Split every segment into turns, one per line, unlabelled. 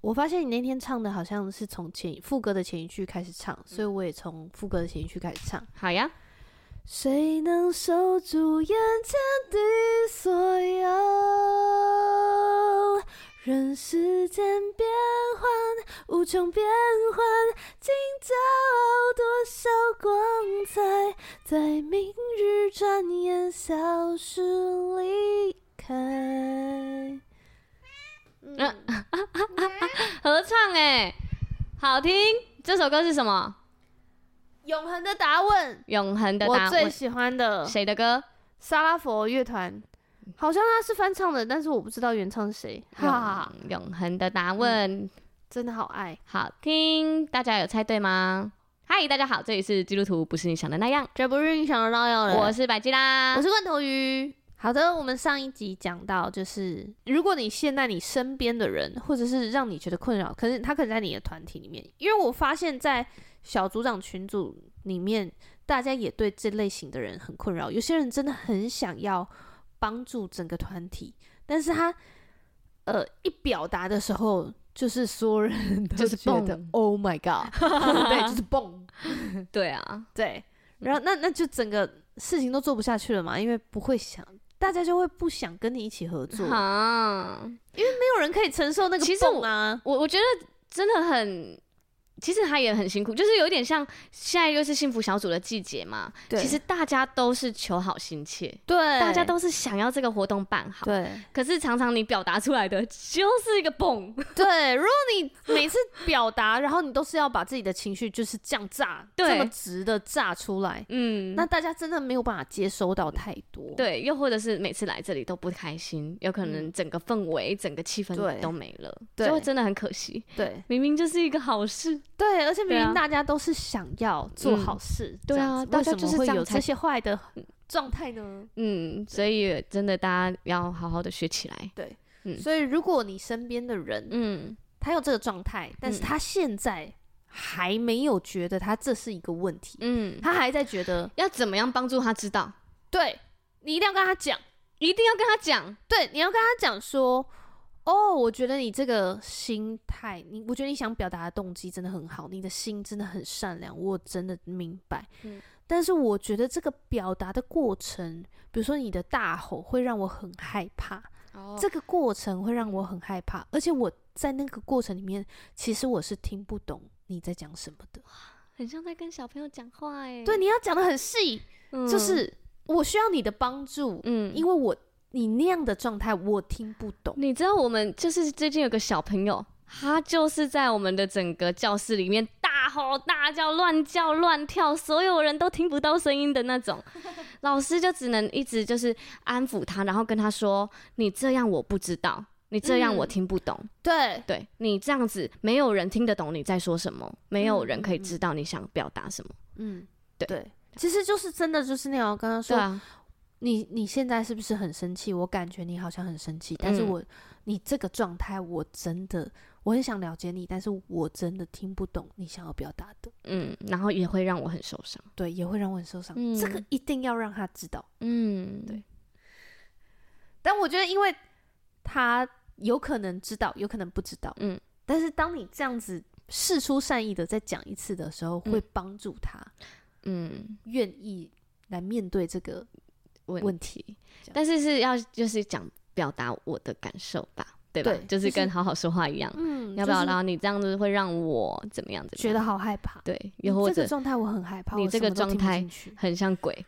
我发现你那天唱的好像是从前副歌的前一句开始唱，所以我也从副歌的前一句开始唱。
好呀，
谁能守住眼前的所有？任时间变幻，无穷变幻，今朝多少光彩，在明日转眼消失离开。嗯，
合唱哎，好听。这首歌是什么？
永恒的答问，
永恒的答
我最
案。
喜欢的
谁嗯的歌？
沙拉佛乐团，好像他是翻唱的，但是我不知道原唱是谁。哈哈哈，
永永恒的答
嗯
问，
真的好爱。
好听。大家有猜对吗？嗨，大家好，这里是基督徒，不是你想的那样。
这不是你想得到要的。
我是百吉啦。
我是罐头鱼。好的，我们上一集讲到，就是如果你现在你身边的人，或者是让你觉得困扰，可是他可能在你的团体里面，因为我发现，在小组长群组里面，大家也对这类型的人很困扰。有些人真的很想要帮助整个团体，但是他呃一表达的时候，就是所有人都
就是
觉得
蹦
“Oh my god”，对，就是蹦，
对啊，
对，然后那那就整个事情都做不下去了嘛，因为不会想，大家就会不想跟你一起合作，没
好，
有人可以承受那个
其实
动啊。
我我觉得真的很，其实他也很辛苦，就是有点像现在又是幸福小组的季节嘛。
对
其实大家都是求好心切，
对，
大家都是想要这个活动办好。
对
可是常常你表达出来的就是一个蹦，
对。如果你每次表达，然后你都是要把自己的情绪就是这样炸，这
对
么直的炸出来，
嗯，
那大家真的没有办法接收到太多。
对，又或者是每次来这里都不开心，有可能整个氛围、整个气
对
氛都没了，
对
就会真的很可惜。
对
明明就是一个好事，
对，而且明
对
明
啊
大家都是想要做
嗯
好事，
对
这样
啊
子
大
为
家
什么
就是
会
这样
有
才
这些坏的状态呢？
嗯，所以真的大家要好好的学起来，嗯
所以如果你身边的人，
嗯，
他有这个状态，但是
嗯
他现在还没有觉得他这是一个问题，
嗯，
他还在觉得
要怎么样帮助他知道？
对你一定要跟他讲，
一定要跟他讲，
对，你要跟他讲说，哦，我觉得你这个心态，你我觉得你想表达的动机真的很好，你的心真的很善良，我真的明白。
嗯
但是我觉得这个表达的过程，比如说你的大吼会让我很害怕，
哦
这个过程会让我很害怕，而且我在那个过程里面，其实我是听不懂你在讲什么的。
很像在跟小朋友讲话哎，
对，，你要讲的很细，就，是我需要你的帮助，
嗯，
因为我你那样的状态我听不懂。
你知道我们就是最近有个小朋友，他就是在我们的整个教室里面大吼大叫、乱叫乱跳，所有人都听不到声音的那种。老师就只能一直就是安抚他，然后跟他说：“你这样我不知道，你这样我
嗯
听不懂，
对
对你这样子没有人听得懂你在说什么，没有人可以
嗯嗯
知道你想表达什么。
嗯，
对
对，其实就是真的就是那样。我刚刚
对
说，
啊，
你你现在是不是很生气？我感觉你好像很生气，但是
嗯
我、你这个状态我真的我很想了解你，但是我真的听不懂你想要表达的。
嗯，然后也会让我很受伤。
对，也会让我很受伤。这个
嗯
一定要让他知道。
嗯，
对但我觉得，因为他有可能知道，有可能不知道，嗯
嗯。
但是当你这样子事出善意的再讲一次的时候，
嗯
会帮助他
嗯，
愿意来面对这个
问
问嗯题。这样
但是是要就是讲表达我的感受吧，对吧？
对
就是
就是
跟好好说话一样，
嗯
要不要？
就是
然后你这样子会让我怎么样？怎么
觉
样
得好害怕？
对，
你
又或
这
者
个状态我很害怕，
你
我
这
什么
个
都听不
状态
进去
很像鬼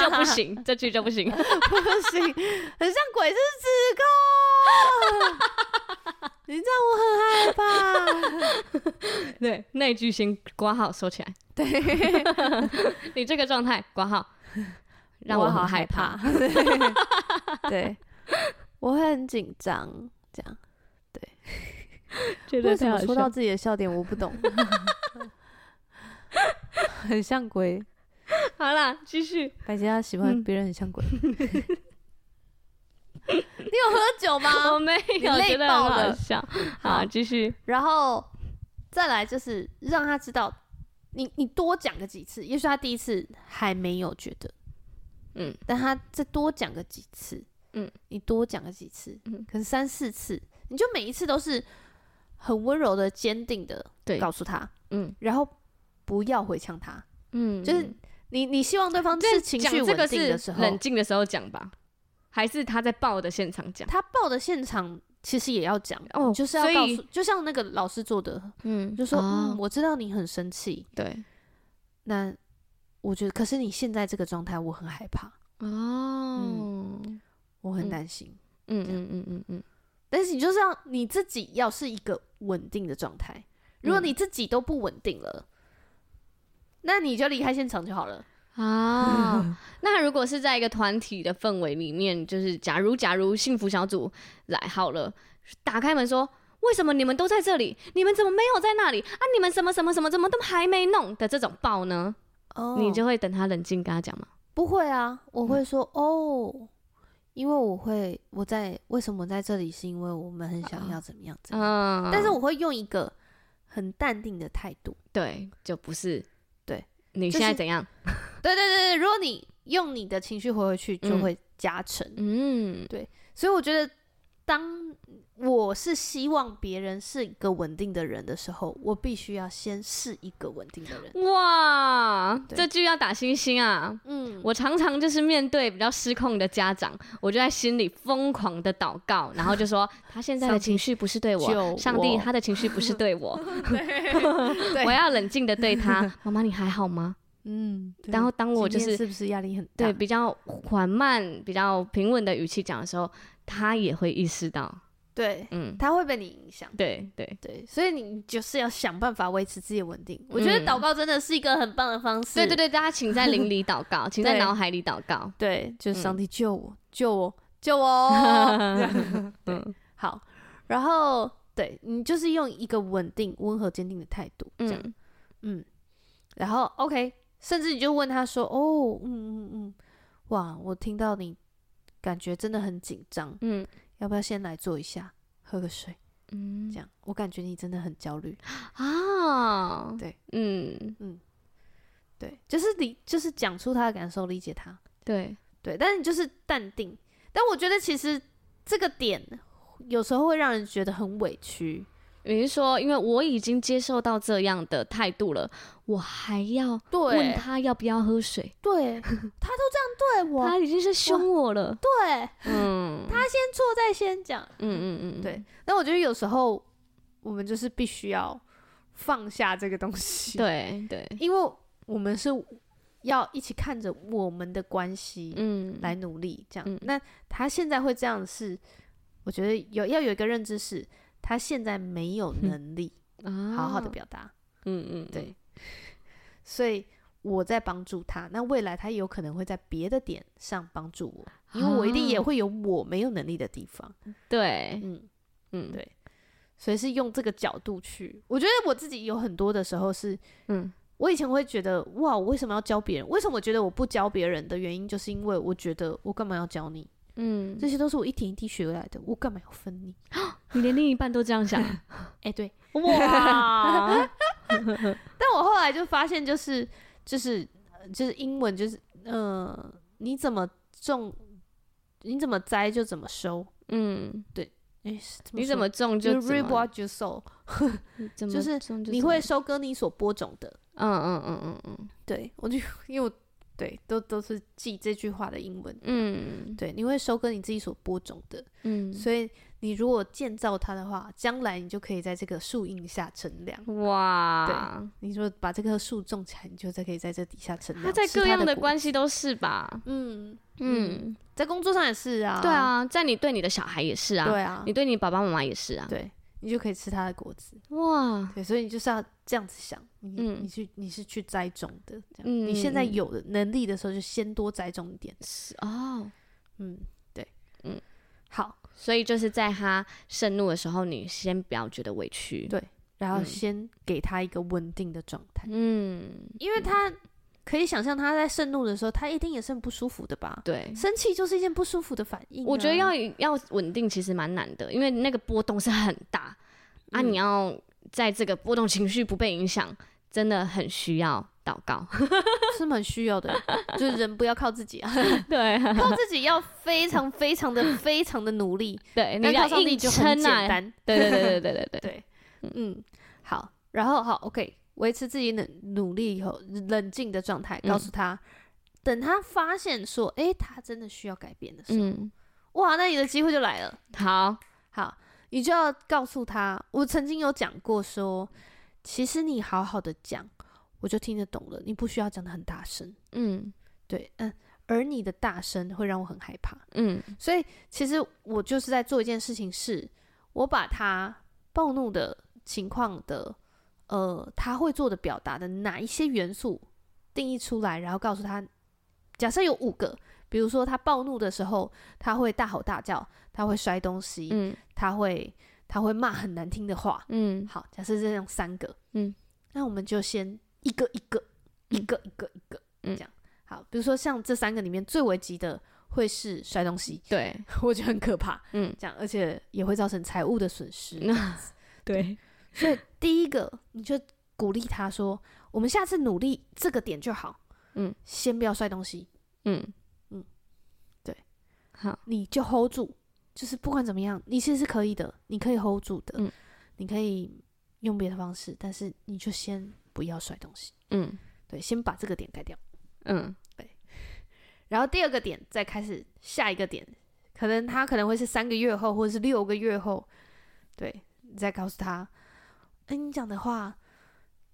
就不行，这句就 不行。
不行，很像鬼是 指控。你让我很害怕。
对，那一句先挂号收起来。
对，
你这个状态挂号， 让我
好
很害怕。。
对，我会很紧张。这样
觉
为
得
什
太
么
好
说
笑
到自己的笑点，我不懂。 很像鬼，
好啦，继续。
白洁他喜欢
嗯
别人很像鬼。 你有喝酒 吗？
我没
啊你
有
累
觉得
爆
很好
了
笑。
好
好，继续。
然后再来就是让他知道，你你多讲个几次，也许他第一次还没有觉得，
嗯，
但他再多讲个几次，
嗯，
你多讲个几次，
嗯
可能三四次，你就每一次都是很温柔的、坚定的
对
告诉他，
嗯
然后不要回呛他，
嗯，
就是你你希望对方
这
是情绪
讲这
稳
个
定的
是
时候，
冷静的时候讲吧，还是他在爆的现场讲？
他抱的现场其实也要讲，
哦
你就是要
所以
告诉，就像那个老师做的，
嗯
就说、嗯，
哦、
我知道你很生气，
对
那我觉得，可是你现在这个状态，我很害怕，
哦，
我很
嗯
担心。
嗯嗯嗯嗯嗯，
但是你就是要你自己要是一个稳定的状态，如果
嗯
你自己都不稳定了，那你就离开现场就好了。
啊，那如果是在一个团体的氛围里面，就是假如假如幸福小组来好了，打开门说。为什么你们都在这里？你们怎么没有在那里啊？你们什么什么什么怎么都还没弄的这种爆呢？
哦
你就会等他冷静跟他讲嘛。
不会啊，我会说、哦，因为我会我在为什么在这里，是因为我们很想要怎么样怎么样，
嗯，
但是我会用一个很淡定的态度。
对，就不是
对。
你
就
现在
是
怎样？
对对对对，如果你用你的情绪回回去，就
嗯
会加成。
嗯，
所以我觉得，当我是希望别人是一个稳定的人的时候，我必须要先是一个稳定的 人。
哇，
对
这句要打星星啊！
嗯，
我常常就是面对比较失控的家长，我就在心里疯狂的祷告，然后 就说他现在的
上帝
情绪不是对
救我
我，上帝他的情绪不是对我，
对
我要冷静的 对他。妈妈，你还好吗？
嗯，
然后当我就
今天
是
是不是压力很大？
对比较缓慢、比较平稳的语气讲的时候，他也会意识到，
对，
嗯，
他会被你影响。
对对，
对，所以你就是要想办法维持自己的稳定。我觉得
嗯
祷告真的是一个很棒的方式。
对对对，大家请在灵里 祷告，请在
对
脑海里祷告。
对，就是
嗯
上帝救我，救我，救我 哦！这
嗯
样对，好，然后对你就是用一个稳定、温和、坚定的态度，这样，
嗯
嗯然后 OK，甚至你就问他说：“哦，嗯嗯嗯，哇，我听到你感觉真的很紧张，
嗯
要不要先来坐一下，喝个水？
嗯
这样，我感觉你真的很焦虑。
啊，
对，
嗯，
对，就是理，就是讲出他的感受，理解他。
对，
对，但是你就是淡定。但我觉得其实这个点有时候会让人觉得很委屈。
你是说，因为我已经接受到这样的态度了，我还要问
对，
他要不要喝水？
对他都这样对我，
他已经是凶我了。
对，
嗯，他，
先错再先讲。
嗯嗯嗯，
对那我觉得有时候我们就是必须要放下这个东西，，
对对，
因为我们是要一起看着我们的关系
嗯，
来努力，这样。
嗯
那他现在会这样是，我觉得有要有一个认知是，他现在没有能力
啊
好好的，表达。
嗯嗯，
对所以我在帮助他。那未来他有可能会在别的点上帮助我，因为我一
哦
定也会有我没有能力的地方。
对，
嗯，
嗯
对所以是用这个角度去。我觉得我自己有很多的时候是，
嗯
我以前会觉得哇，我为什么要教别人？为什么我觉得我不教别人的原因，就是因为我觉得我干嘛要教你？
嗯，
这些都是我一点一滴学来的，我干嘛要分你？
你连另一半都这样想，啊
哎、对。
哇，
但我后来就发现、就是，就是呃就是英文就是，呃，你怎么种，你怎么栽就怎么收。
嗯，
诶是这
你怎
说
么种
就
就
reap what you sow？
怎么
就是
种
你
怎
会
么
收割你所播种的。
嗯嗯嗯嗯
对我就因为我对都都是记这句话的英文。
嗯
对，你会收割你自己所播种的，
嗯
所以你如果建造它的话，将来你就可以在这个树荫下乘凉。
嗯，哇，
你说把这棵树种起来，你就再可以在这底下乘
他
凉。
在
吃
各
它
样
的
的
果
关系都是吧？
嗯，
嗯，
在工作上也是啊。
对，啊，在你对你的小孩也是啊，
对啊
你，对你爸爸妈妈也是啊，
对，你就可以吃它的果子。
哇，
对，所以你就是要这样子想，你、
嗯
你去你是去栽种的，这样、
嗯
你现在
嗯嗯
有的能力的时候，就先多栽种一点。
是哦，
嗯，对，
嗯，
好，
所以就是在他盛怒的时候，你先不要觉得委屈，
对然后
嗯
先给他一个稳定的状态，
嗯，
因为他可以想象他在盛怒的时候，他一定也是很不舒服的吧？
对。
生气就是一件不舒服的反应啊、
我觉得要要稳定其实蛮难的，因为那个波动是很大啊，
嗯
你要在这个波动情绪不被影响，真的很需要祷 告。
是蛮需要的， 就是人不要靠自己啊，
对啊
靠自己要非常非常的非常的努力，
对，你
哎但靠
要
上帝
硬
就很
撑
简
啊！
单。
对对对对对对对，
对，嗯，好，然后好，OK，维持自己冷努力以后冷静的状态，告诉他，等他发现说，诶，他真的需要改变的时候，
嗯，
哇，那你的机会就来了。
好，
好，你就要告诉他，我曾经有讲过说，其实你好好的讲，我就听得懂了，你不需要讲的很大声。
嗯
对，嗯，而你的大声会让我很害怕，
嗯
所以其实我就是在做一件事情是，我把他暴怒的情况的，呃，他会做的表达的哪一些元素定义出来，然后告诉他，假设有五个，比如说他暴怒的时候，他会大吼大叫，他会摔东西，
嗯
他会他会骂很难听的话。
嗯
好，假设这样三个，
嗯，
那我们就先一个一个，一个一个一个，
嗯
这样好。比如说像这三个里面最危急的会是摔东西，
对，
我觉得很可怕，
嗯
这样而且也会造成财务的损失。
嗯对，
所以第一个你就鼓励他说，我们下次努力这个点就好，
嗯，
先不要摔东西，
嗯
嗯，对，
好，
你就 hold 住，就是不管怎么样，你其实是可以的，你可以 hold 住的，
嗯
你可以用别的方式，但是你就先不要摔东西，
嗯
对，先把这个点改掉，
嗯
然后第二个点再开始下一个点，可能他可能会是三个月后，或者是六个月后，对，你再告诉他，哎，你讲的话。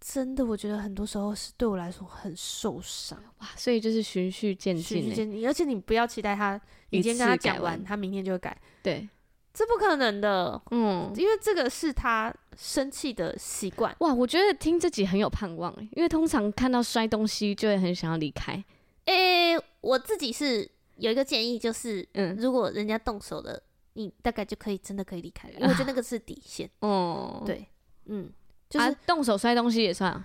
真的，我觉得很多时候是对我来说很受伤，
哇，所以就是循序渐
循
进
序
欸，
渐进。而且你不要期待他，你
一
今天跟
次
他
改
讲完，
完
他明天就会改，
对，
这不可能的，
嗯。
因为这个是他生气的习惯。
哇，我觉得听这集很有盼望欸，因为通常看到摔东西就会很想要离开。
诶、我自己是有一个建议，就是
嗯，
如果人家动手了，你大概就可以真的可以离 开了，因
为我觉得
那个是底线。
哦，
对，嗯，就是、
啊、动手摔东西也算啊，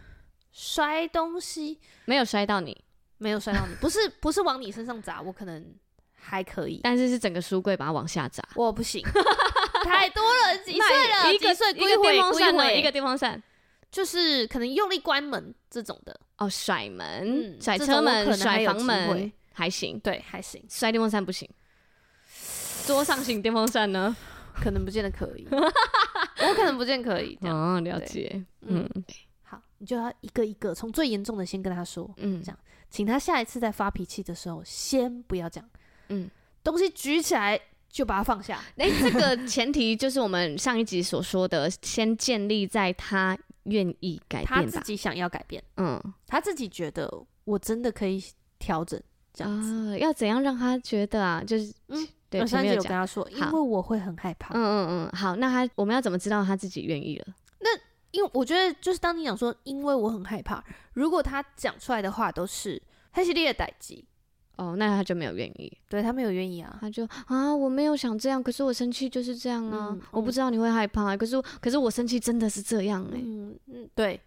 摔东西
没有摔到你，
没有摔到 你，不是不是往你身上砸，我可能还可以，
但是是整个书柜把它往下砸。
我不 行，太多了，几岁了，
一个
啊几岁
一个
归回
电风扇
归
呢？
回，
欸一个电风扇。
就是可能用力关门这种的，
哦，甩门、
嗯
甩
这
车
种我可
门、
能还
甩
有
房
机
门
会
还行，
对，还行。
摔电风扇不行。桌上型电风扇呢？
可能不见得可 以，我可能不见得可以这样。
哦，了
对
解。嗯
嗯，好，你就要一个一个从最严重的先跟他说，
嗯
这样请他下一次再发脾气的时候，先不要讲，
嗯，
东西举起来就把它放下，
哎、这个前提就是我们上一集所说的，先建立在他愿意改
他
哎变
自
吧。
己想要改变，
嗯，
他自己觉得我真的可以调整这样子。
啊，要怎样让他觉得啊？就是
嗯，
对，
我
前
上
面
次
有
有跟
讲。
他说，因
好
为我会很害怕，
嗯嗯嗯，好，那他我们要怎么知道他自己愿意了？
因为我觉得就是当你讲说因为我很害怕，如果他讲出来的话都是他系列代机，
哦，那他就没有愿意，
对他没有愿意啊，
他就啊，我没有想这样，可是我生气就是这样啊，
嗯
我不知道你会害怕、啊，可是可是我生气真的是这样哎、
嗯嗯，对，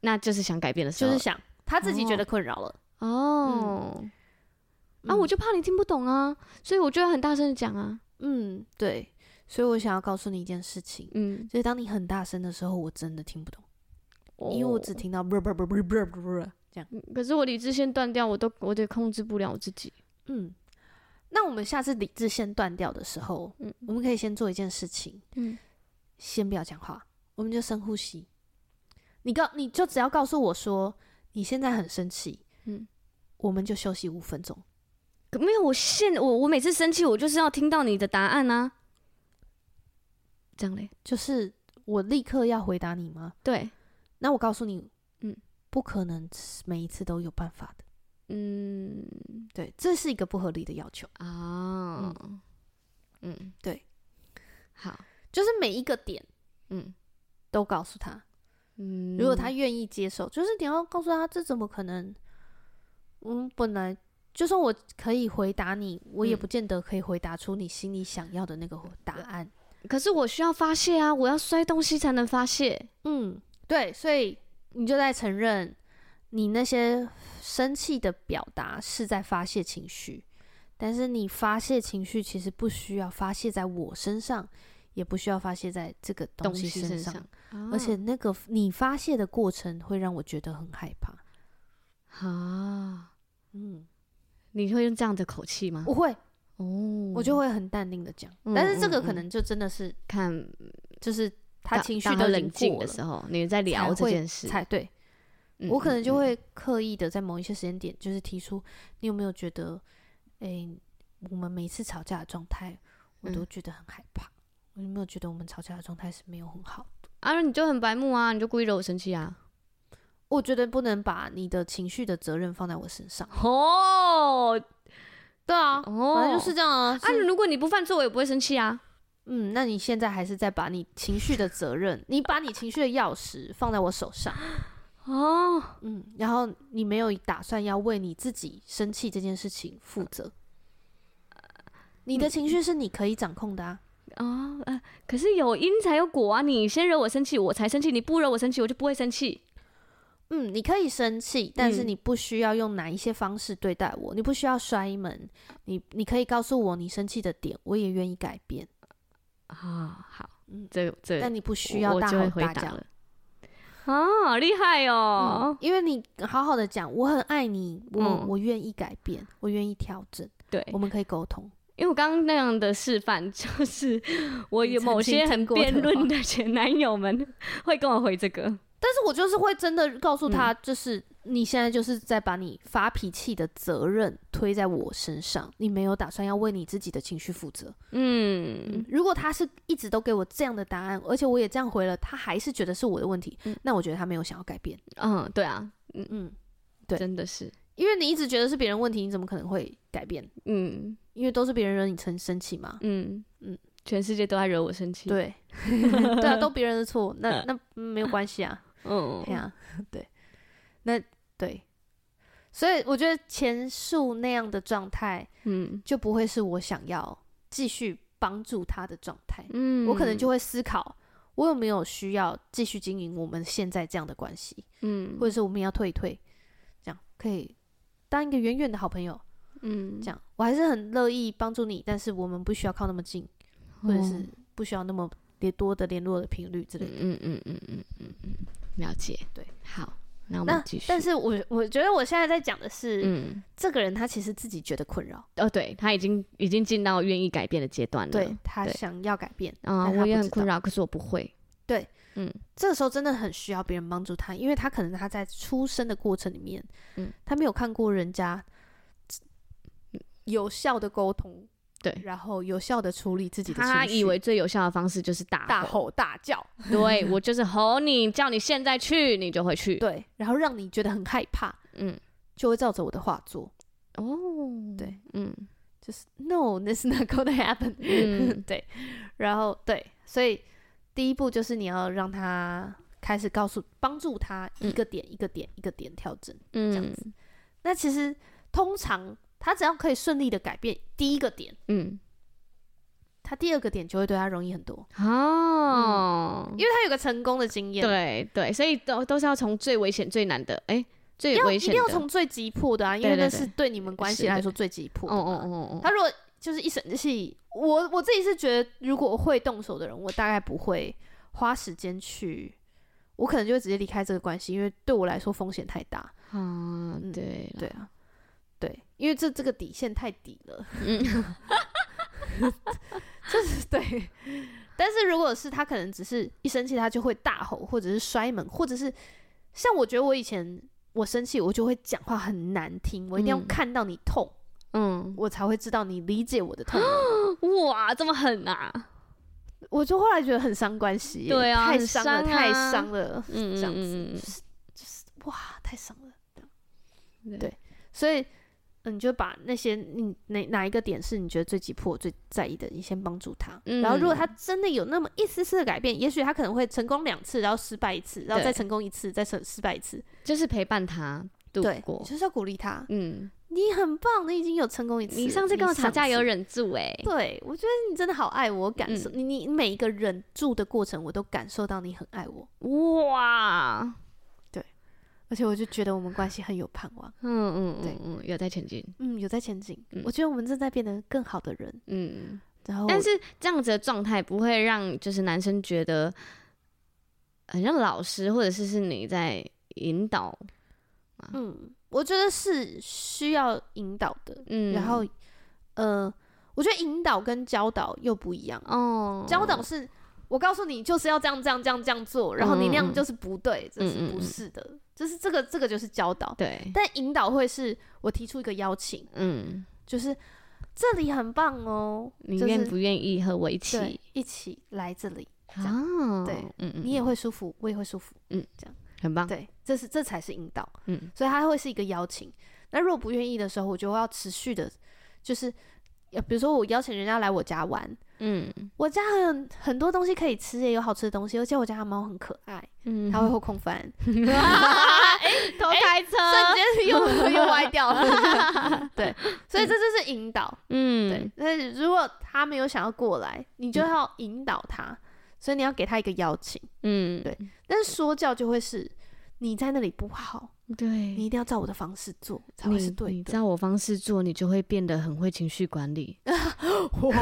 那就是想改变的时
就
候，
是想他自己觉
哦
得困扰了。
哦。啊，
嗯
我就怕你听不懂啊，所以我就会很大声的讲啊，
嗯，对，所以我想要告诉你一件事情，
嗯，
就是当你很大声的时候，我真的听不懂，因为我只
哦
听到啵啵啵啵啵啵啵这样。
可是我理智线断掉，我都我得控制不了我自己。
嗯，那我们下次理智线断掉的时候，
嗯
我们可以先做一件事情，
嗯，
先不要讲话，我们就深呼吸。你告你就只要告诉我说你现在很生气，
嗯，
我们就休息五分钟。
可没有，我现我我每次生气，我就是要听到你的答案啊。这样嘞，
就是我立刻要回答你吗？
对，
那我告诉你，
嗯，
不可能每一次都有办法的。
嗯
对，这是一个不合理的要求。
啊，嗯，
对，
好，
就是每一个点
嗯
都告诉他，
嗯，
如果他愿意接受，就是你要告诉他这怎么可能？嗯，本来就算我可以回答你，我也
嗯
不见得可以回答出你心里想要的那个答案。
可是我需要发泄啊，我要摔东西才能发泄。
嗯，对，所以你就在承认你那些生气的表达是在发泄情绪，但是你发泄情绪其实不需要发泄在我身上，也不需要发泄在这个东西
西
身
上，哦
而且那个你发泄的过程会让我觉得很害怕。
啊，
嗯，
你会用这样的口气吗？
我会，
哦，
嗯我就会很淡定的讲，
嗯
但是这个
嗯
可能就真的是
看
就是他
当
情绪
当
都
他
已
冷
经
静
过
的
了，
时候，你们在聊这
会
件事，
才对。
嗯
我可能就，
嗯嗯
会刻意的在某一些时间点，就是提出，你有没有觉得，诶，我们每次吵架的状态，我都
嗯
觉得很害怕。我有没有觉得我们吵架的状态是没有很好？
啊，你就很白目啊，你就故意惹我生气啊。
我觉得不能把你的情绪的责任放在我身上。
哦
对啊，
哦，
反正就是这样啊。
啊，
是
如果你不犯错，我也不会生气啊。
嗯，那你现在还是在把你情绪的责任，你把你情绪的钥匙放在我手上，
哦，
嗯，然后你没有打算要为你自己生气这件事情负责。你的情绪是你可以掌控的啊。
哦，呃，可是有因才有果啊！你先惹我生气，我才生气；你不惹我生气，我就不会生气。
嗯，你可以生气，但是
嗯
你不需要用哪一些方式对待我，你不需要摔门，你你可以告诉我你生气的点，我也愿意改变，
啊、好，
嗯
这这
但你不需
我
要
我
大
就会
吼
回
大
答
叫。
了。啊，厉害
嗯
哦！，
因为你好好的讲，我很爱你，我、
嗯
我愿意改变，我愿意调整，
对，
我们可以沟通。
因为我刚刚那样的示范，就是我
你
有
曾
某
经
些很
听过的
辩
话
论的前男友们会跟我回这个。
但是我就是会真的告诉他，就是、你现在就是在把你发脾气的责任推在我身上，你没有打算要为你自己的情绪负责。
嗯
嗯，如果他是一直都给我这样的答案，而且我也这样回了，他还是觉得是我的问题，
嗯
那我觉得他没有想要改变。
嗯，对啊，
嗯，对
真的是，
因为你一直觉得是别人问题，你怎么可能会改变？
嗯
因为都是别人惹你生生气嘛。
嗯
嗯
嗯，全世界都在惹我生气。，
对， 对啊，都别人的错， 那那嗯没有关系啊，
嗯
对，啊， 对，那对，所以我觉得前述那样的状态
嗯
就不会是我想要继续帮助他的状态，
嗯，
我可能就会思考，我有没有需要继续经营我们现在这样的关系，
嗯
或者是我们要退一退，这样可以当一个远远的好朋友。
嗯
这样，我还是很乐意帮助你，但是我们不需要靠那么近，或者是不需要那么联多的联络的频率之类的。
哦嗯嗯嗯嗯嗯嗯嗯，了解。
对，
好，那我
那
们继续。
但是我我觉得我现在在讲的是，
嗯，
这个人他其实自己觉得困扰，
哦，对他已经已经进到愿意改变的阶段了。
对他
嗯对
想要改变，
啊，
但他
我也
不
很
知
困扰，可是我不会。
这个时候真的很需要别人帮助他，因为他可能他在出生的过程里面，
嗯
他没有看过人家有效的沟通，
对
然后有效的处理自己的情绪，
他以为最有效的方式就是大
大
吼，
吼大叫，
对我就是吼你，叫你现在去，你就会去。
对，然后让你觉得很害怕，
嗯，
就会照着我的话做。
哦，
对，
嗯
就是 No, this is not going to happen 。
嗯
对，然后对，所以第一步就是你要让他开始告诉、帮助他一个点、一个点、一个点调整。
嗯，
样子那其实通常他只要可以顺利的改变第一个点，
嗯，
他第二个点就会对他容易很多，
哦，
因为他有个成功的经验。
对对，所以都都是要从最危险、最难的，哎，最
要
危
一
险
定
的。
要从最急迫的啊，因为
对对
那
对
是对你们关系
是的
来说最急迫
哦
的嘛。
哦哦哦，
他如果就是一生气，我我自己是觉得，如果会动手的人，我大概不会花时间去，我可能就会直接离开这个关系，因为对我来说风险太大。
啊
嗯，
对啦
对啊，对，因为这这个底线太低了。
嗯，
就是对。但是如果是他可能只是一生气，他就会大吼，或者是摔门，或者是像我觉得我以前我生气，我就会讲话很难听，我一定要
嗯
看到你痛，
嗯，
我才会知道你理解我的 痛。
哇，这么狠啊！
我就后来觉得很伤关系耶，
对啊
太
很
伤了，
伤
太
啊
伤了，
嗯，
这样子，
嗯嗯
就是就是哇，太伤了。
嗯
对所以，嗯，你就把那些你哪哪一个点是你觉得最急迫、最在意的，你先帮助他。
嗯
然后，如果他真的有那么一丝丝的改变，也许他可能会成功两次，然后失败一次，然后再
对
成功一次，再成失败一次。
就是陪伴他度
对，你
过。
就是要鼓励他，
嗯，
你很棒，你已经有成功一次了。
你上次跟我吵
上
架
次
有。忍住哎、
对，我觉得你真的好爱我，我感
嗯
受、你你每一个忍住的过程，我都感受到你很爱我，
哇，
而且我就觉得我们关系很有盼望，
嗯嗯
对
嗯嗯，有在前进。
嗯，有在前进，
嗯
我觉得我们正在变得更好的人，
嗯，
然后
但是这样子的状态不会让就是男生觉得很像老师，或者是是你在引导。
嗯，我觉得是需要引导的。
嗯，
然后，呃，我觉得引导跟教导又不一样。
哦，
教导是我告诉你就是要这样这样这样这样做，然后你那样就是不对，这
嗯嗯嗯
是
嗯
不是的，就是这个这个就是教导。
对，
但引导会是我提出一个邀请，
嗯，
就是这里很棒哦，
你
就是
愿不愿意和我一
对
起？
一起来这里，这样
啊，
对
嗯嗯，
你也会舒服，我也会舒服。
很棒，
对，这是这才是引导，
嗯
所以它会是一个邀请。那如果不愿意的时候，我就要持续的，就是呃比如说我邀请人家来我家玩，
嗯
我家很很多东西可以吃，也有好吃的东西，而且我家的猫很可爱，
嗯， 哎
它会后空翻，
偷开车，
瞬间又又歪掉 了。对，所以这就是引导。对
嗯，，
但是如果他没有想要过来，你就要引导他，所以你要给他一个邀请。
嗯，
对但是说教就会是你在那里不好，
对，
你一定要照我的方式做才会是对
你
的。
照我方式做，你就会变得很会情绪管 理。我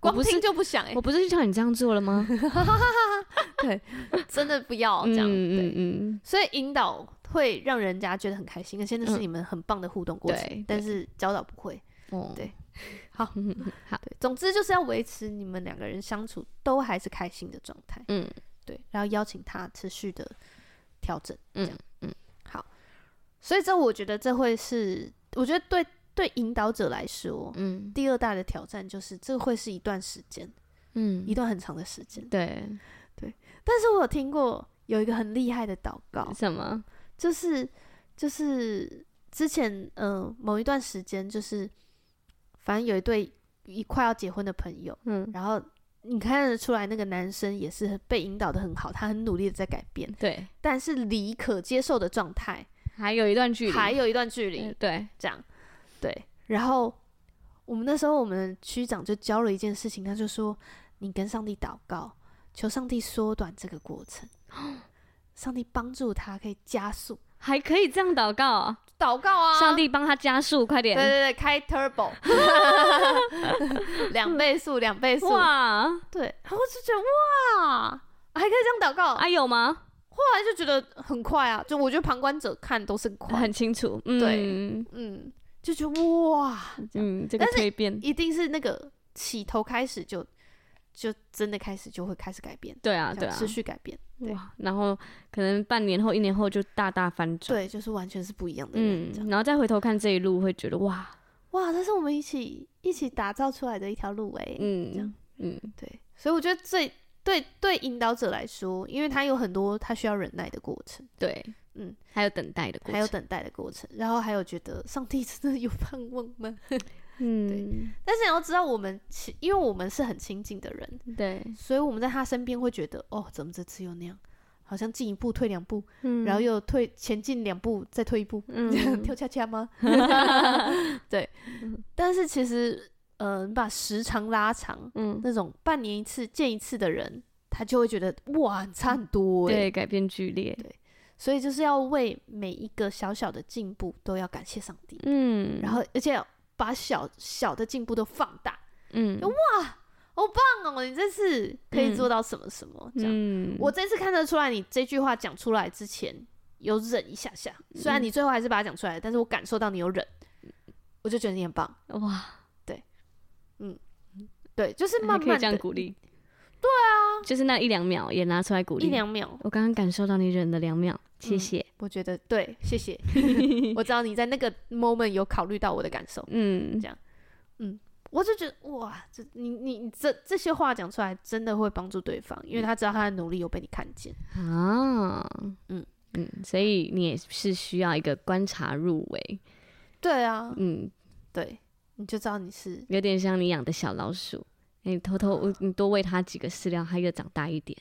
光
不是
听，就不想哎、
我不是就叫你这样做了吗？
真的不要哦这样。
嗯
对，
嗯
所以引导会让人家觉得很开心，而且那是
嗯
你们很棒的互动过
对
程
对。
但是教导不会。
嗯，哦
对好，
好，
对，总之就是要维持你们两个人相处都还是开心的状态。
嗯，
对，然后邀请他持续的调整，
嗯
这样，嗯，好，所以这我觉得这会是，我觉得对对引导者来说，
嗯
第二大的挑战就是这会是一段时间，
嗯
一，段很长的时间。
对，
但是我有听过有一个很厉害的祷告，
什么？
就是就是之前嗯、呃某一段时间，就是反正有一对一快要结婚的朋友，
嗯，
然后你看得出来那个男生也是被引导的很好，他很努力的在改变。
对，
但是离可接受的状态
还有一段距离，
还有一段距离，
嗯对，
这样对。然后我们那时候我们区长就教了一件事情，他就说：“你跟上帝祷告，求上帝缩短这个过程，上帝帮助他可以加速
还可以这样祷告哦，
祷告啊，
上帝帮他加速，快
对
点！
对对，开 turbo，两倍速，两倍速，
哇，
对。”然后我就觉得哇，还可以这样祷告，
啊有吗？
后来就觉得很快啊，就我觉得旁观者看都是很快，
很清楚，嗯
对嗯，就觉得哇。
嗯，这个蜕变，
一定是那个起头开始就就真的开始就会开始改变，
对啊
这
对
样
啊
持，续改变，对
哇，然后可能半年后、一年后就大大翻转，
对，就是完全是不一样的人。
嗯
这，样
然后再回头看这一路，会觉得哇，
哇，这是我们一起一起打造出来的一条路哎、这
嗯
样
嗯，
对，所以我觉得最对对引导者来说，因为他有很多他需要忍耐的过程，
对，
嗯，
还有等待的过程，
还有等待的过程，然后还有觉得上帝真的有盼望吗？
嗯，
但是你要知道，我们亲，因为我们是很亲近的人，
对，
所以我们在他身边会觉得，哦，怎么这次又那样，好像进一步退两步，
嗯
然后又退前进两步，再退一步，这样
嗯，
跳恰恰 吗？对，但是其实，呃，你把时长拉长，
嗯，
那种半年一次见一次的人，他就会觉得哇，差很多哎。
对，改变剧烈，
所以就是要为每一个小小的进步都要感谢上帝，
嗯，
然后而且要把小小的进步都放大。
嗯，
棒哦，你这次可以做到什么什么这样。
嗯，
我这次看得出来，你这句话讲出来之前有忍一下下，虽然你最后还是把它讲出来了，但是我感受到你有忍，我就觉得你很棒。
哇，
对，就是
还
慢
可以
慢
这样
的
鼓励，对啊，就是那一两秒也拿出来鼓励，
一，两嗯秒，
我刚刚感受到你忍了两秒，谢谢，
我觉得对，谢 谢，我知道你在那个 moment 有考虑到我的感受，
嗯
这，样我就觉得哇，这你你你这这些话讲出来，真的会帮助对方，因为他知道他的努力有被你看见。
啊，嗯
嗯
嗯，所以你也是需要一个观察入围，
对啊，
嗯，
对，你就知道你是
有点像你养的小老鼠，你偷偷你多喂它几个饲料，它越长大一点。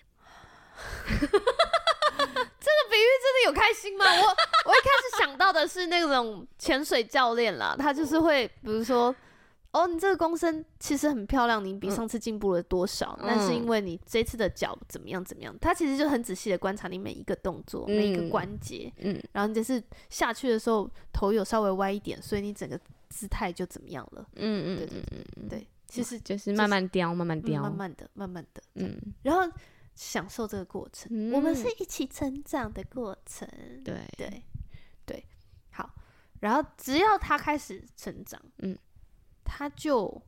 真的有开心吗？我我一开始想到的是那种潜水教练啦，他就是会比如说。哦，你这个公升其实很漂亮，你比上次进步了多少？
嗯
那、是因为你这次的脚怎么样怎么样？他其实就很仔细的观察你每一个动作、
嗯
每一个关节，
嗯
然后你这次下去的时候头有稍微歪一点，所以你整个姿态就怎么样了？
嗯
对
嗯，
对对对，其实
就是慢慢雕，慢慢
嗯
雕，
慢慢的、慢慢的，
嗯，
然后享受这个过程，
嗯
我们是一起成长的过程。
对，
对，对，好。然后只要他开始成长，
嗯，
他就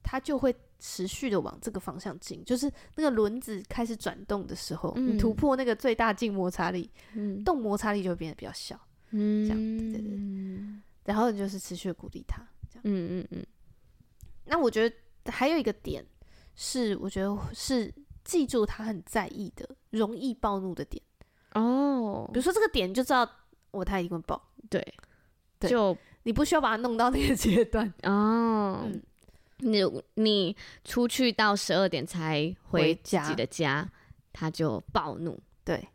他就会持续的往这个方向进，就是那个轮子开始转动的时候，
嗯
你突破那个最大静摩擦力，
嗯
动摩擦力就会变得比较小，
嗯，
这样对对对
嗯
然后你就是持续的鼓励他这样。
嗯嗯
那我觉得还有一个点是，我觉得是记住他很在意的、容易暴怒的点，
哦
比，如说这个点你就知道我他一定会爆，
对，
对
就
你不需要把他弄到那个阶段。
哦
嗯，
你你出去到十二点才
回
回自
家
己的家，他就暴 怒，
对，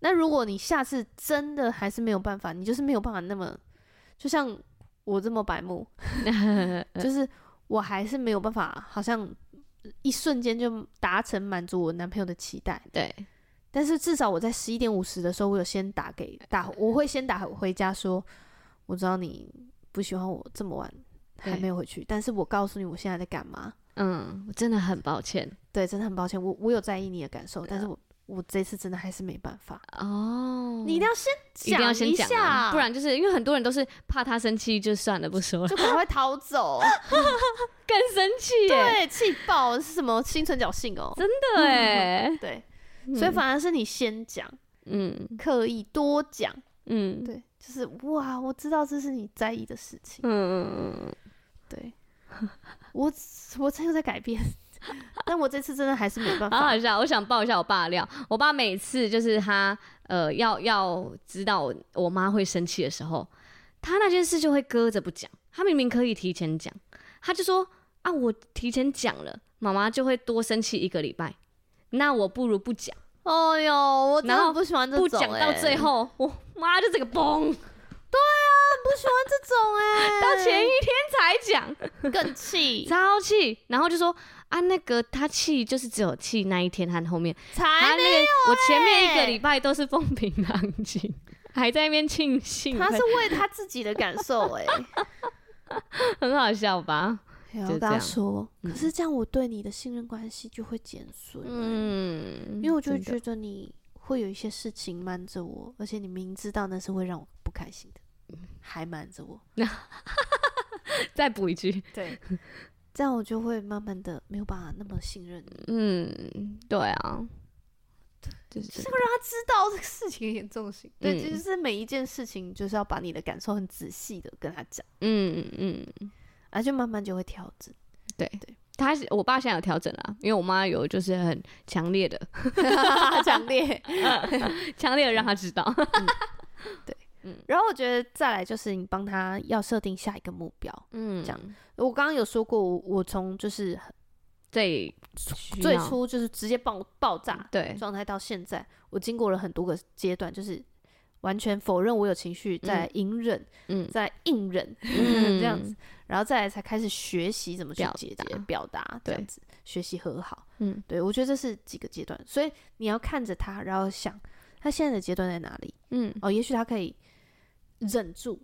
那如果你下次真的还是没有办法，你就是没有办法那么，就像我这么白目，
嗯
就是我还是没有办法，好像一瞬间就达成满足我男朋友的期待。
对，
但是至少我在十一点五十的时候，我有先打给打，我会先打回家说，我知道你不喜欢我这么晚还
对
没有回去，但是我告诉你我现在在干嘛。
嗯，我真的很抱歉
对，真的很抱歉，我我有在意你的感受，但是
啊
我我这次真的还是没办法。
哦，
你一定要先
一定要先
一
讲
下，
啊，不然就是因为很多人都是怕他生气就算了不说 了，
就可能会逃 走。
更生气耶，
对，气爆是什么心存侥幸哦？
真的哎，
对，所以反而是你先讲，
嗯
刻意多讲，
嗯
对，就是哇，我知道这是你在意的事情，
嗯，
对我我真的在改变， 但我这次真的还是没办
好
法
好。笑！我想爆一下我爸的料。我爸每次就是他呃要要知道我我妈会生气的时候，他那件事就会搁着不讲。他明明可以提前讲，他就说啊，我提前讲了，妈妈就会多生气一个礼拜。那我不如不讲，
哎呦，我真
然
的
后
不喜欢这种、哎
不讲到最，后，我妈就这个崩，
不喜欢这种哎、
到前一天才讲，
更气，
超气。然后就说啊，那个他气就是只有气那一天和后面。
才
他那个我前面一
欸
个礼拜都是风平浪静，还在那边庆幸，
他是为他自己的感受 哎、
很好笑吧？
然后
就
跟
这
他
样嗯
说，可是这样我对你的信任关系就会减损，嗯，
嗯
因为我就会
真的
觉得你会有一些事情瞒着我，而且你明知道那是会让我不开心的，还瞒着我，
再补一句，
对， 这样我就会慢慢的没有办法那么信任你。
嗯，对啊，就是真的
他知道这个 事情的严重性，对，
嗯
就是每一件事情就是要把你的感受很仔细的跟他讲，
嗯嗯，
而且慢慢就会调 整。
对对。他是我爸现在有调整了，因为我妈有就是很强烈的、
强烈。
强烈的让他知道，
然后我觉得再来就是你帮他要设定下一个目标。
嗯，
这样我刚刚有说过，我我从就是
最需
最
要
初就是直接爆爆炸
对，
状态到现在，我经过了很多个阶段，就是完全否认我有情绪，再来隐忍，
嗯
再来硬 忍，
嗯
这样子，然后再来才开始学习怎么去
表
解
达
决、表达，这
对
样子学习和好。
嗯，
对我觉得这是几个阶段，所以你要看着他，然后想他现在的阶段在哪里。
嗯
哦，也许他可以忍住，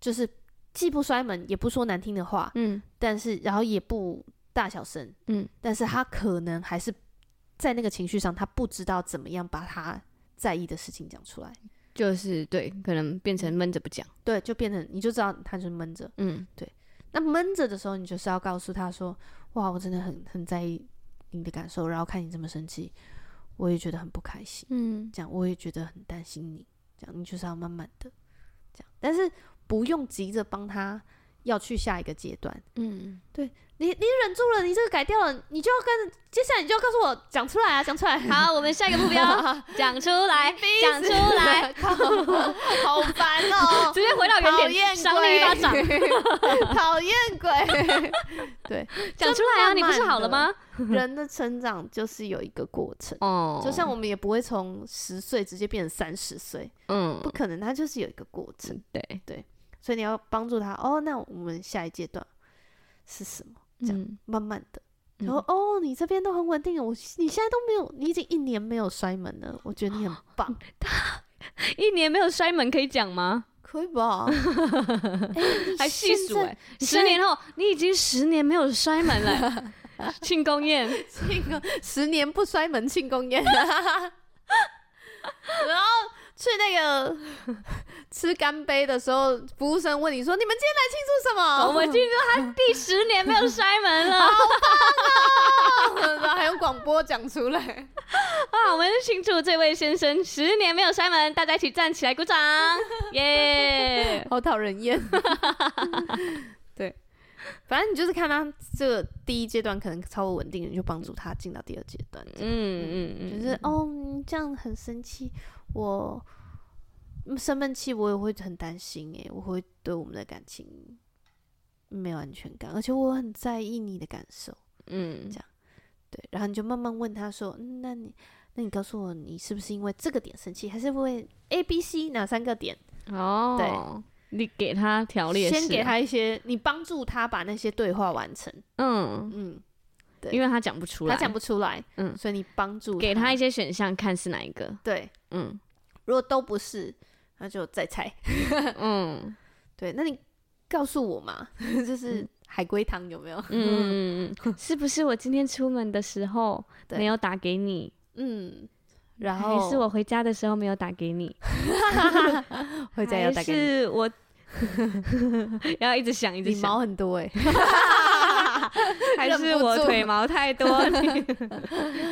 就是既不摔门，也不说难听的话，
嗯
但是然后也不大小声，
嗯，
但是他可能还是在那个情绪上，他不知道怎么样把他在意的事情讲出来，
就是对，可能变成闷着不讲，
对，就变成你就知道他就是闷着。
嗯
那闷着的时候，你就是要告诉他说：“哇，我真的很很在意你的感受，然后看你这么生气，我也觉得很不开心。”
嗯
这样我也觉得很担心你，这样你就是要慢慢的这样，但是不用急着帮他要去下一个阶段。
嗯，
你你忍住了，你这个改掉了，你就要跟接下来你就要告诉我讲出来啊，讲出来。
好，我们下一个目标 讲出来，讲出 来，，
好烦哦、
直接回到原
讨
点，
厌
赏你一巴 掌，
鬼，讨厌鬼。 对，
讲出来
就
啊！
慢慢地
你不是好了吗？
人的成长就是有一个过程，
哦
就像我们也不会从十岁直接变成三十岁，
嗯
不，可能，它就是有一个过程。
对，
所以你要帮助他哦。那我们下一阶段是什么？这
嗯
慢慢的，
嗯
然后、哦，你这边都很稳定哦了，我你现在都没有，你已经一年没有摔门了，我觉得你
哦
很棒，
一年没有摔门 可以讲吗？
可以吧？ 哎你
还细
现
数
在
哎，
你
十
现在
年后你已经十年没有摔门了， 庆功宴，
庆功，十年不摔门庆功宴，然后去那个吃干杯的时候，服务生问你说：“你们今天来庆祝什么？”
我们庆祝他第十年没有摔门了
然后还用广播讲出来。
啊！我们庆祝这位先生十年没有摔门，大家一起站起来 鼓掌，耶、
好讨人厌。对，反正你就是看他这个第一阶段可能超不稳定，你就帮助他进到第二阶段。
嗯嗯嗯，
就是哦，你这样很生气，我嗯生闷气，我也会很担心欸诶，我会对我们的感情没有安全感，而且我很在意你的感受。
嗯
对，然后你就慢慢问他说：“嗯，那你，那你告诉我，你是不是因为这个点生气，还是因为 A、B、C 哪三个点？”
哦，对，你给他条列式啊，
先给他一些，你帮助他把那些对话完成。
嗯，
嗯，对
因为他讲不出来，
他讲不出来，
嗯
所以你帮助
给他一些选项，看是哪一 个。
对，
嗯
如果都不是，那就再猜。
嗯
对，那你告诉我嘛， 就是海龟汤有没有？
嗯，嗯，是不是我今天出门的时候
对
没有打给你？
嗯，然
还
后
是我回家的时候没有打给你？
会再要
还
大概
是我 要一直想一直
你毛
想，
很多哎、
还
忍
是
不
我
住
腿毛太多，你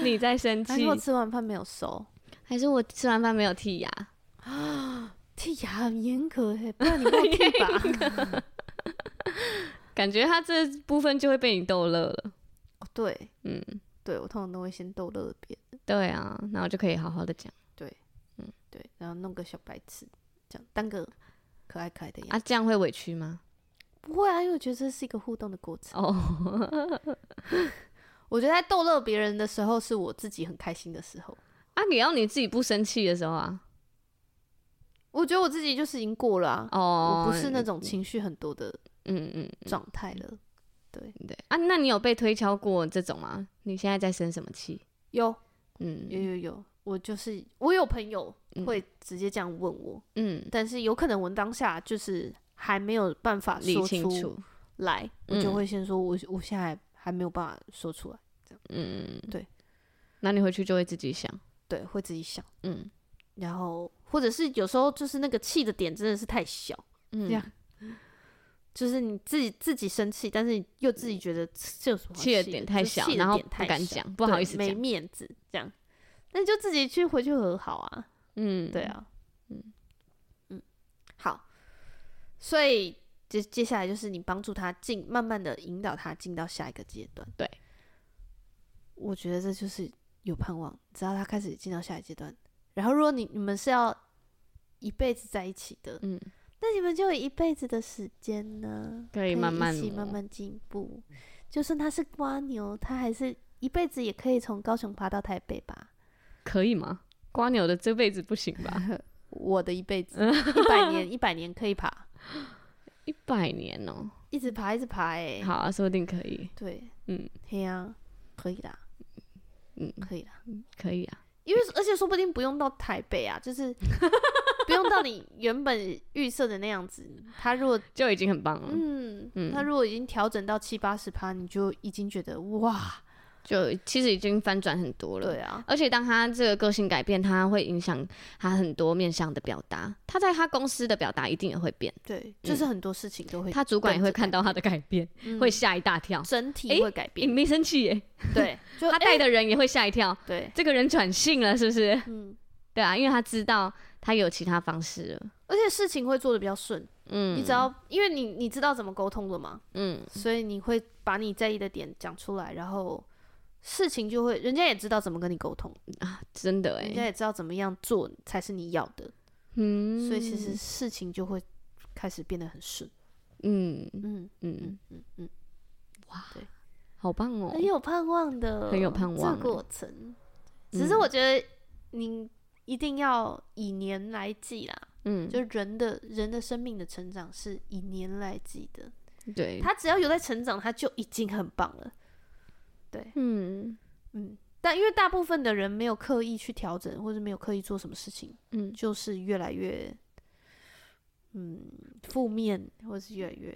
你在生
然
气
后？吃完饭没有 收，
还是我吃完饭没有剔牙？
剔牙很严格哎、不然你给我剔吧。
感觉他这部分就会被你逗乐了。
哦，对
嗯，
对，我通常都会先逗乐别人，
对啊，然后就可以好好的讲
对，然后弄个小白痴，这样当个可爱可爱的样子。
啊，这样会委屈吗？
不会啊，因为我觉得这是一个互动的过程。
哦
我觉得在逗乐别人的时候，是我自己很开心的时候。
啊，你要你自己不生气的时候啊。
我觉得我自己就是已经过了啊，
哦，
我不是那种情绪很多的
嗯嗯
状态了。
对啊，那你有被推敲过这种吗？你现在在生什么气？
有有
嗯
有有，我就是我有朋友会直接这样问我，
嗯，
但是有可能我当下就是还没有办法
嗯理
说
清
出
楚，
来，
嗯
我就会先说我我现在还没有办法说出来，
嗯，
对。
那你回去就会自己想，
对，会自己想，
嗯
然后或者是有时候就是那个气的点真的是太小。
嗯，
这样就是你自己自己生气，但是你又自己觉得这有什么好
气的
的
点太
就
小
气，的
然后
点
不
太
敢
小
讲，不好
对
意思
没
讲，
面子这样，那你就自己去回去和好啊，
嗯，
对，啊，嗯
嗯
嗯，好，所以接接下来就是你帮助他进，慢慢的引导他进到下一个阶段，
对，
我觉得这就是有盼望，只要他开始进到下一阶段，然后如果你你们是要一辈子在一起的，
嗯，
那你们就有一辈子的时间呢，
可以慢慢
一起
磨
慢慢进步。就算他是瓜牛，他还是一辈子也可以从高雄爬到台北吧。
可以吗？瓜牛的这辈子不行 吧？
我的一辈子，
嗯
一百 年，一百年可以爬，
一百年哦，
一直爬，一直爬、欸，哎，
好啊，说不定可以，
对，
嗯，
嘿呀、可以啦，
嗯，
可以啦。
可以啊，
因为而且说不定不用到台北啊，就是 不用到你原本预设的那样子。他如果
就已经很棒了，
嗯，
嗯
他如果已经调整到七八十趴，你就已经觉得哇，
就其实已经翻转很多了，
对啊，
而且当他这个个性改变，他会影响他很多面向的表达。他在他公司的表达一定也会变，
对，就是很多事情都会
嗯他主管也会看到他的改变，
嗯
会吓一大 跳。
整体
诶
会改
也
变，
没生气耶，
对， 就
他带的人也会吓一跳。
对，
这个人转性了，是不是？
嗯，
对啊，因为他知道他有其他方式了。
而且事情会做的比较顺，
嗯，
你只要因为你你知道怎么沟通了嘛，
嗯
所以你会把你在意的点讲出来，然后事情就会，人家也知道怎么跟你沟通，
啊，真的
人家
哎，
也知道怎么样做才是你要的，
嗯，
所以其实事情就会开始变得很顺，
嗯
嗯，
嗯
嗯嗯，哎
好棒哦
很，有盼望欸嗯的，
很有盼望
这过程，只是我觉得你一定要以年来计啦。
嗯，
就人的人的生命的成长是以年来计的，
对，
他只要有在成长，他就已经很棒了。对，
嗯
嗯，但因为大部分的人没有刻意去调整，或者没有刻意做什么事情，
嗯
就是越来越，嗯，负面，或是越来越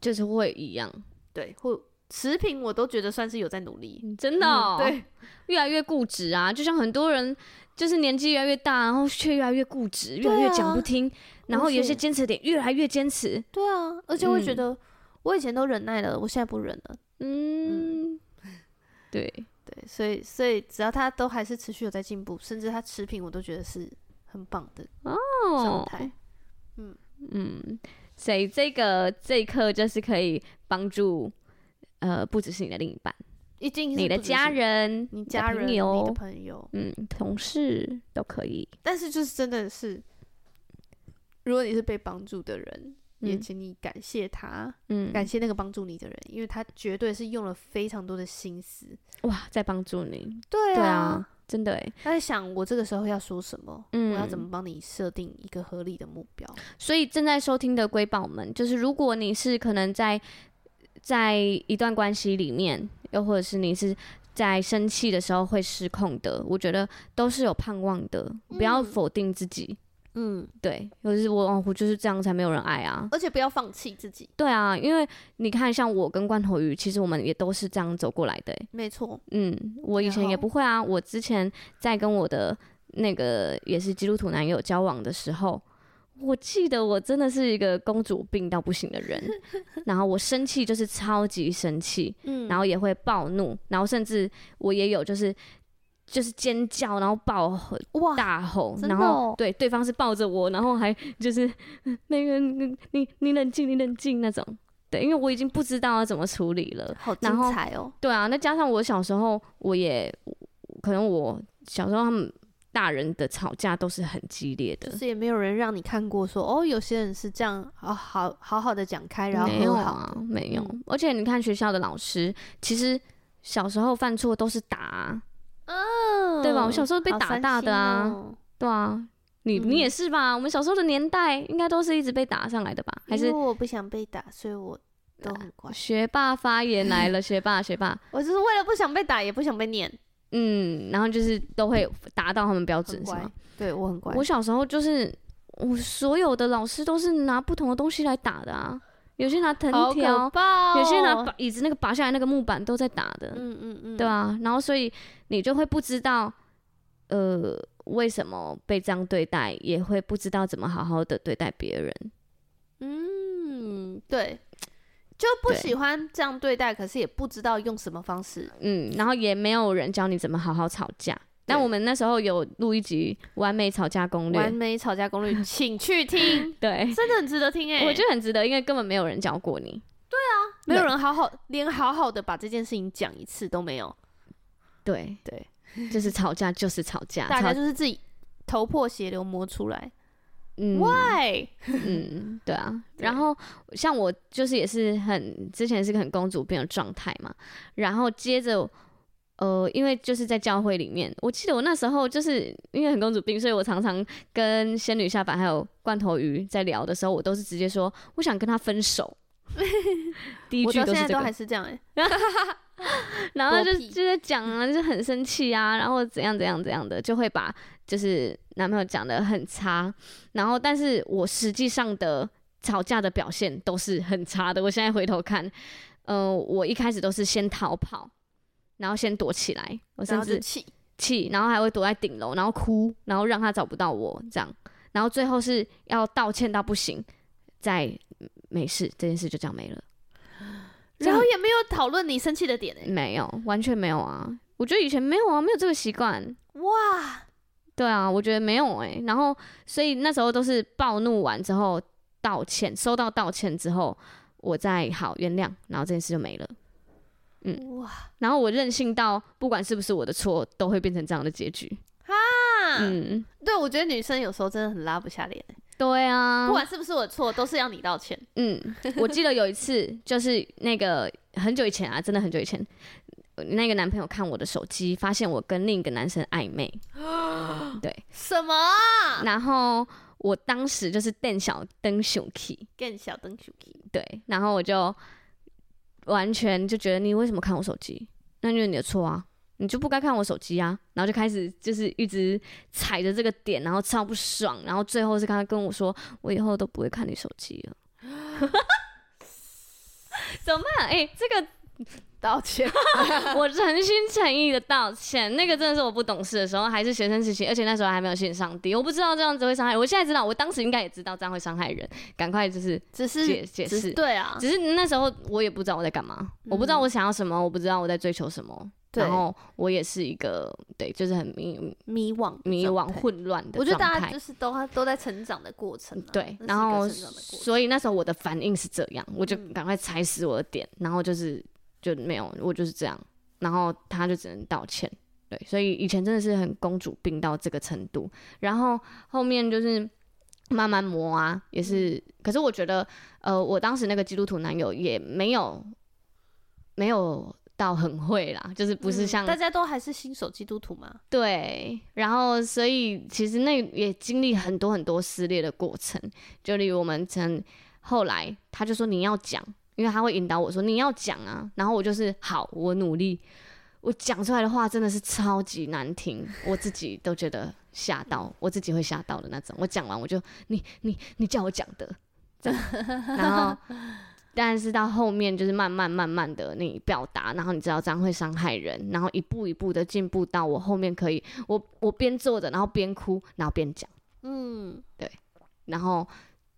就是会一样，
对，或持平我都觉得算是有在努力。
嗯真的、哦
嗯 对，
越来越固执啊，就像很多人就是年纪越来越大，然后却越来越固执，越
对啊
来越讲不听，然后有
是
些坚持点越来越坚持，
对啊，而且会觉
嗯
得我以前都忍耐了，我现在不忍了。
嗯，对，
嗯对，所以所以只要他都还是持续有在进步，甚至他持平，我都觉得是很棒的状
哦，
态。
嗯，所以这个这一刻就是可以帮助，呃，不只是你的另一半，
一定是
你的
不只
家
是、
人、
你
的
家
朋
人、你的
友、
朋友，
嗯，同事都可以，
但是就是真的是，如果你是被帮助的人，也
嗯
请你感谢他，
嗯，
感谢那个帮助你的人，因为他绝对是用了非常多的心思。
哇，在帮助你，
对
对啊，真的哎，
他在想我这个时候要说什么，
嗯
我要怎么帮你设定一个合理的目标。
所以正在收听的瑰宝们，就是如果你是可能在在一段关系里面，又或者是你是在生气的时候会失控的，我觉得都是有盼望的，不要
嗯
否定自己。
嗯，
对，或者是我哦我就是这样才没有人爱啊。
而且不要放弃自己，
对啊，因为你看，像我跟罐头鱼，其实我们也都是这样走过来的欸、
没错，
嗯，我以
然
前也
后
不会啊。我之前在跟我的那个也是基督徒男友交往的时候，我记得我真的是一个公主病到不行的 人，然后我生气就是超级生气，
嗯
然后也会暴怒，然后甚至我也有就是就是尖叫，然后暴吼
哇，
大吼，
真
然
的
后
哦
对对方是抱着我，然后还就是 嗯那个你你你冷静，你冷静那种。对，因为我已经不知道要怎么处理了。
好
然后
精彩哦，
对啊，那加上我小时候，我也可能我小时候他们大人的吵架都是很激烈的
就，是也没有人让你看过说哦，有些人是这样啊，好好好的讲开，然后
没有
和好，
啊，没有
嗯。
而且你看学校的老师，其实小时候犯错都是打啊、
嗯
对吧我小时候被
好
打
伤
大的
心
啊
哦
对啊。你
嗯
你也是吧？我们小时候的年代应该都是一直被打上来的吧？还
因
是
为我不想被打，所以我都很乖。
学霸发言 来了，学霸学霸，
呃我就是为了不想被打，也不想被念，
嗯，然后就是都会达到他们标
很
准，是
乖
吗？。
对我很乖，
我小时候就是我所有的老师都是拿不同的东西来打的啊，有些拿藤
好
条
可，怕哦
有些拿把椅子那个拔下来那个木板都在打的，
嗯嗯嗯，
对啊，然后所以你就会不知道，呃，为什么被这样对待，也会不知道怎么好好的对待别人。
嗯，对，就不
对
喜欢这样对待，可是也不知道用什么方式。
嗯，然后也没有人教你怎么好好吵架。但
对
我们那时候有录一集《完美吵架攻略
完》，美吵架攻 略，请去听，
对，
真的很值得听哎、
我觉得很值得，因为根本没有人教过你。
没有人好好，连好好的把这件事情讲一次都没有，
对
对，
就是吵架就是吵架，
大
吵
家就是自己头破血流磨出来。
嗯
Why？
嗯， 对啊。
对
然后像我就是也是很之前是个很公主病的状态嘛，然后接着。呃，因为就是在教会里面，我记得我那时候就是因为很公主病，所以我常常跟仙女下凡还有罐头鱼在聊的时候，我都是直接说我想跟他分手， 第一
我
句
到
都
现
是
在
这
都还
个，
是这样哎、
然后就
多屁
就在讲啊，就是很生气啊，然后怎样怎样怎样的，就会把就是男朋友讲的很差，然后但是我实际上的吵架的表现都是很差的。我现在回头看，嗯、我一开始都是先逃跑，然后先躲起来，我
然
甚
后就
至
气，
气，然后还会躲在顶楼，然后哭，然后让他找不到我这样，然后最后是要道歉到不行，再嗯没事，这件事就这样没了。
然后也没有讨论你生气的点哎、
没有，完全没有啊！我觉得以前没有啊，没有这个习惯。
哇，
对啊，我觉得没有哎、然后，所以那时候都是暴怒完之后道歉，收到道歉之后，我再好原谅，然后这件事就没了。
哇，
然后我任性到，不管是不是我的错，都会变成这样的结局。嗯，
对，我觉得女生有时候真的很拉不下脸、
对啊
不。管是不是我的错，都是要你道歉。
嗯，我记得有一次，就是那个很久以前啊，真的很久以前，那个男朋友看我的手机，发现我跟另一个男生暧昧。对，
什么啊？
然后我当时就是瞪小灯熊 key，
更小灯 Q
对，然后我就完全就觉得你为什么看我手机？那就是你的错啊，你就不该看我手机啊。然后就开始就是一直踩着这个点，然后超不爽，然后最后是跟他跟我说，我以后都不会看你手机了。怎么办？哎、这个
道歉。
我诚心诚意的道歉，那个真的是我不懂事的时候，还是学生时期，而且那时候还没有信上帝，我不知道这样子会伤害人。我现在知道，我当时应该也知道这样会伤害人，赶快就是
只是
解解
只是
释。
对啊，
只是那时候我也不知道我在干嘛，我不知道我想要什么，我不知道我在追求什么，
对
然后我也是一个对，就是很迷
迷惘的
迷惘
状态
混乱的
我觉得
状
大家
态
就。是都都在成长的过程、啊，
对，
那是一个
然后
成长的过程
所以那时候我的反应是这样，我就
嗯
赶快踩死我的点，然后就是就没有，我就是这样，然后他就只能道歉。对，所以以前真的是很公主病到这个程度，然后后面就是慢慢磨啊，也是。
嗯
可是我觉得，呃，我当时那个基督徒男友也没有没有到很会啦，就是不是
嗯
像、
大家都还是新手基督徒嘛，
对，然后所以其实那也经历很多很多撕裂的过程，就例如我们曾后来他就说你要讲，因为他会引导我说你要讲啊，然后我就是好，我努力，我讲出来的话真的是超级难听，我自己都觉得吓到，我自己会吓到的那种。我讲完我就你你你叫我讲的，这样然后。但是到后面就是慢慢慢慢的你表达，然后你知道这样会伤害人，然后一步一步的进步到我后面可以，我我边坐着，然后边哭，然后边讲，
嗯，
然后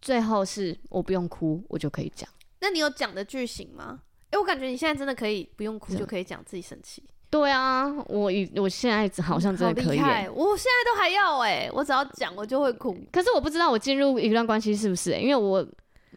最后是我不用哭，我就可以讲。
那你有讲的句型吗？哎、我感觉你现在真的可以不用哭
真的
就可以讲自己生气，
对啊，我以我现在好像真的
好
可以
厉
耶、
害！我现在都还要哎、我只要讲我就会哭
可是我不知道我进入一段关系是不是耶、因为我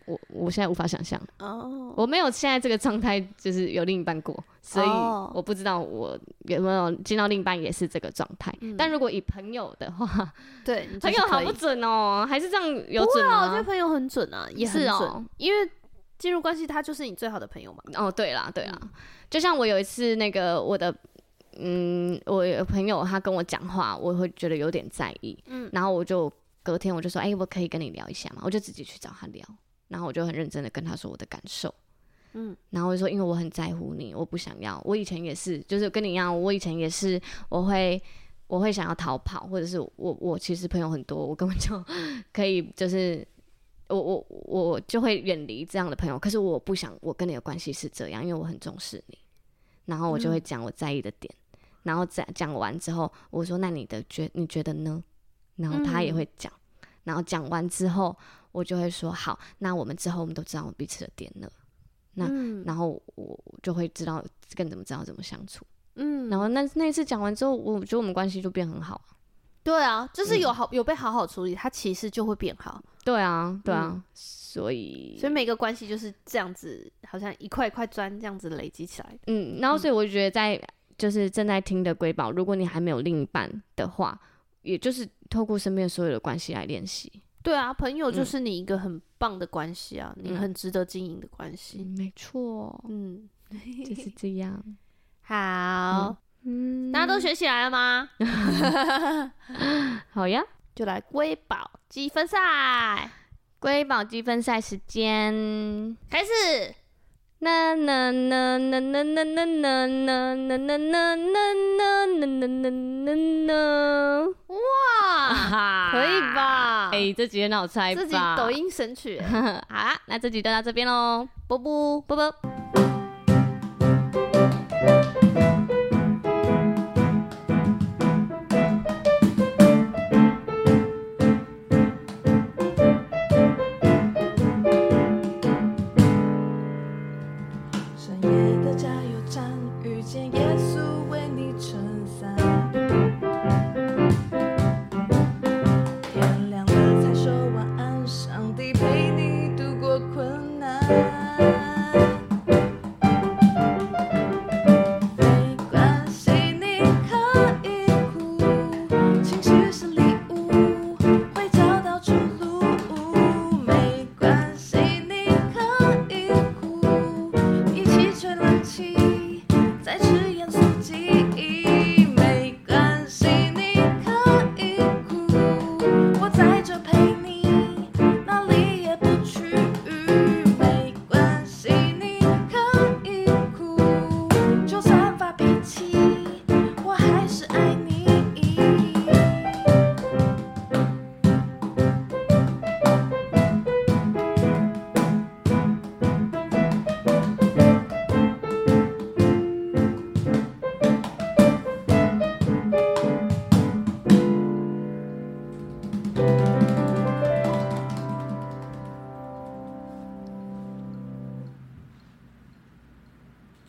我我现在无法想象，
哦。
我没有现在这个状态，就是有另一半过，所以
哦
我不知道我有没有进到另一半也是这个状态。
嗯
但如果以朋友的话，
对，你就
朋
是
友好
可以
不准哦、还是这样有
不会
准
啊，我觉得
吗？
朋友很准啊，也很
是
准，
哦
因为进入关系他就是你最好的朋友嘛。
哦，对啦，对啦，
嗯
就像我有一次那个我的，嗯，我有朋友他跟我讲话，我会觉得有点在意，
嗯
然后我就隔天我就说，哎、我可以跟你聊一下嘛，我就自己去找他聊，然后我就很认真的跟他说我的感受，
嗯，
然后我就说，因为我很在乎你，我不想要，我以前也是，就是跟你一样，我以前也是，我会。我会想要逃跑，或者是我我其实朋友很多，我根本就 可以就是我我我就会远离这样的朋友。可是我不想我跟你的关系是这样，因为我很重视你。然后我就会讲我在意的点，然后讲讲完之后，我说那你的觉你觉得呢？然后他也
嗯
会讲，然后讲完之后，我就会说好，那我们之后我们都知道我们彼此的点了，那
嗯
然后我我就会知道更怎么知道怎么相处。
嗯，
然后那那一次讲完之后，我觉得我们关系就变很好。
对啊，就是有好有被好好处理，他其实就会变好。
对啊，对啊，
嗯
所以
所以每个关系就是这样子，好像一块一块砖这样子累积起来的。
嗯，然后所以我觉得在就是正在听的瑰宝，如果你还没有另一半的话，也就是透过身边所有的关系来练习。
对啊，朋友就
嗯
是你一个很棒的关系啊，你
嗯
很值得经营的关系。
没错，
嗯，
就是这样。
好，
嗯，
大家都学起来了吗？
好呀。
就来瑰宝积分赛
瑰宝积分赛时间。
开始。
啦啦啦啦啦啦啦啦啦啦啦啦啦啦啦啦啦啦！
哇，
哈
可以？吧？
哎、这集很好猜吧？
自己抖音神曲欸，
好啦，那这集就到这边喽，
波波
啵啵。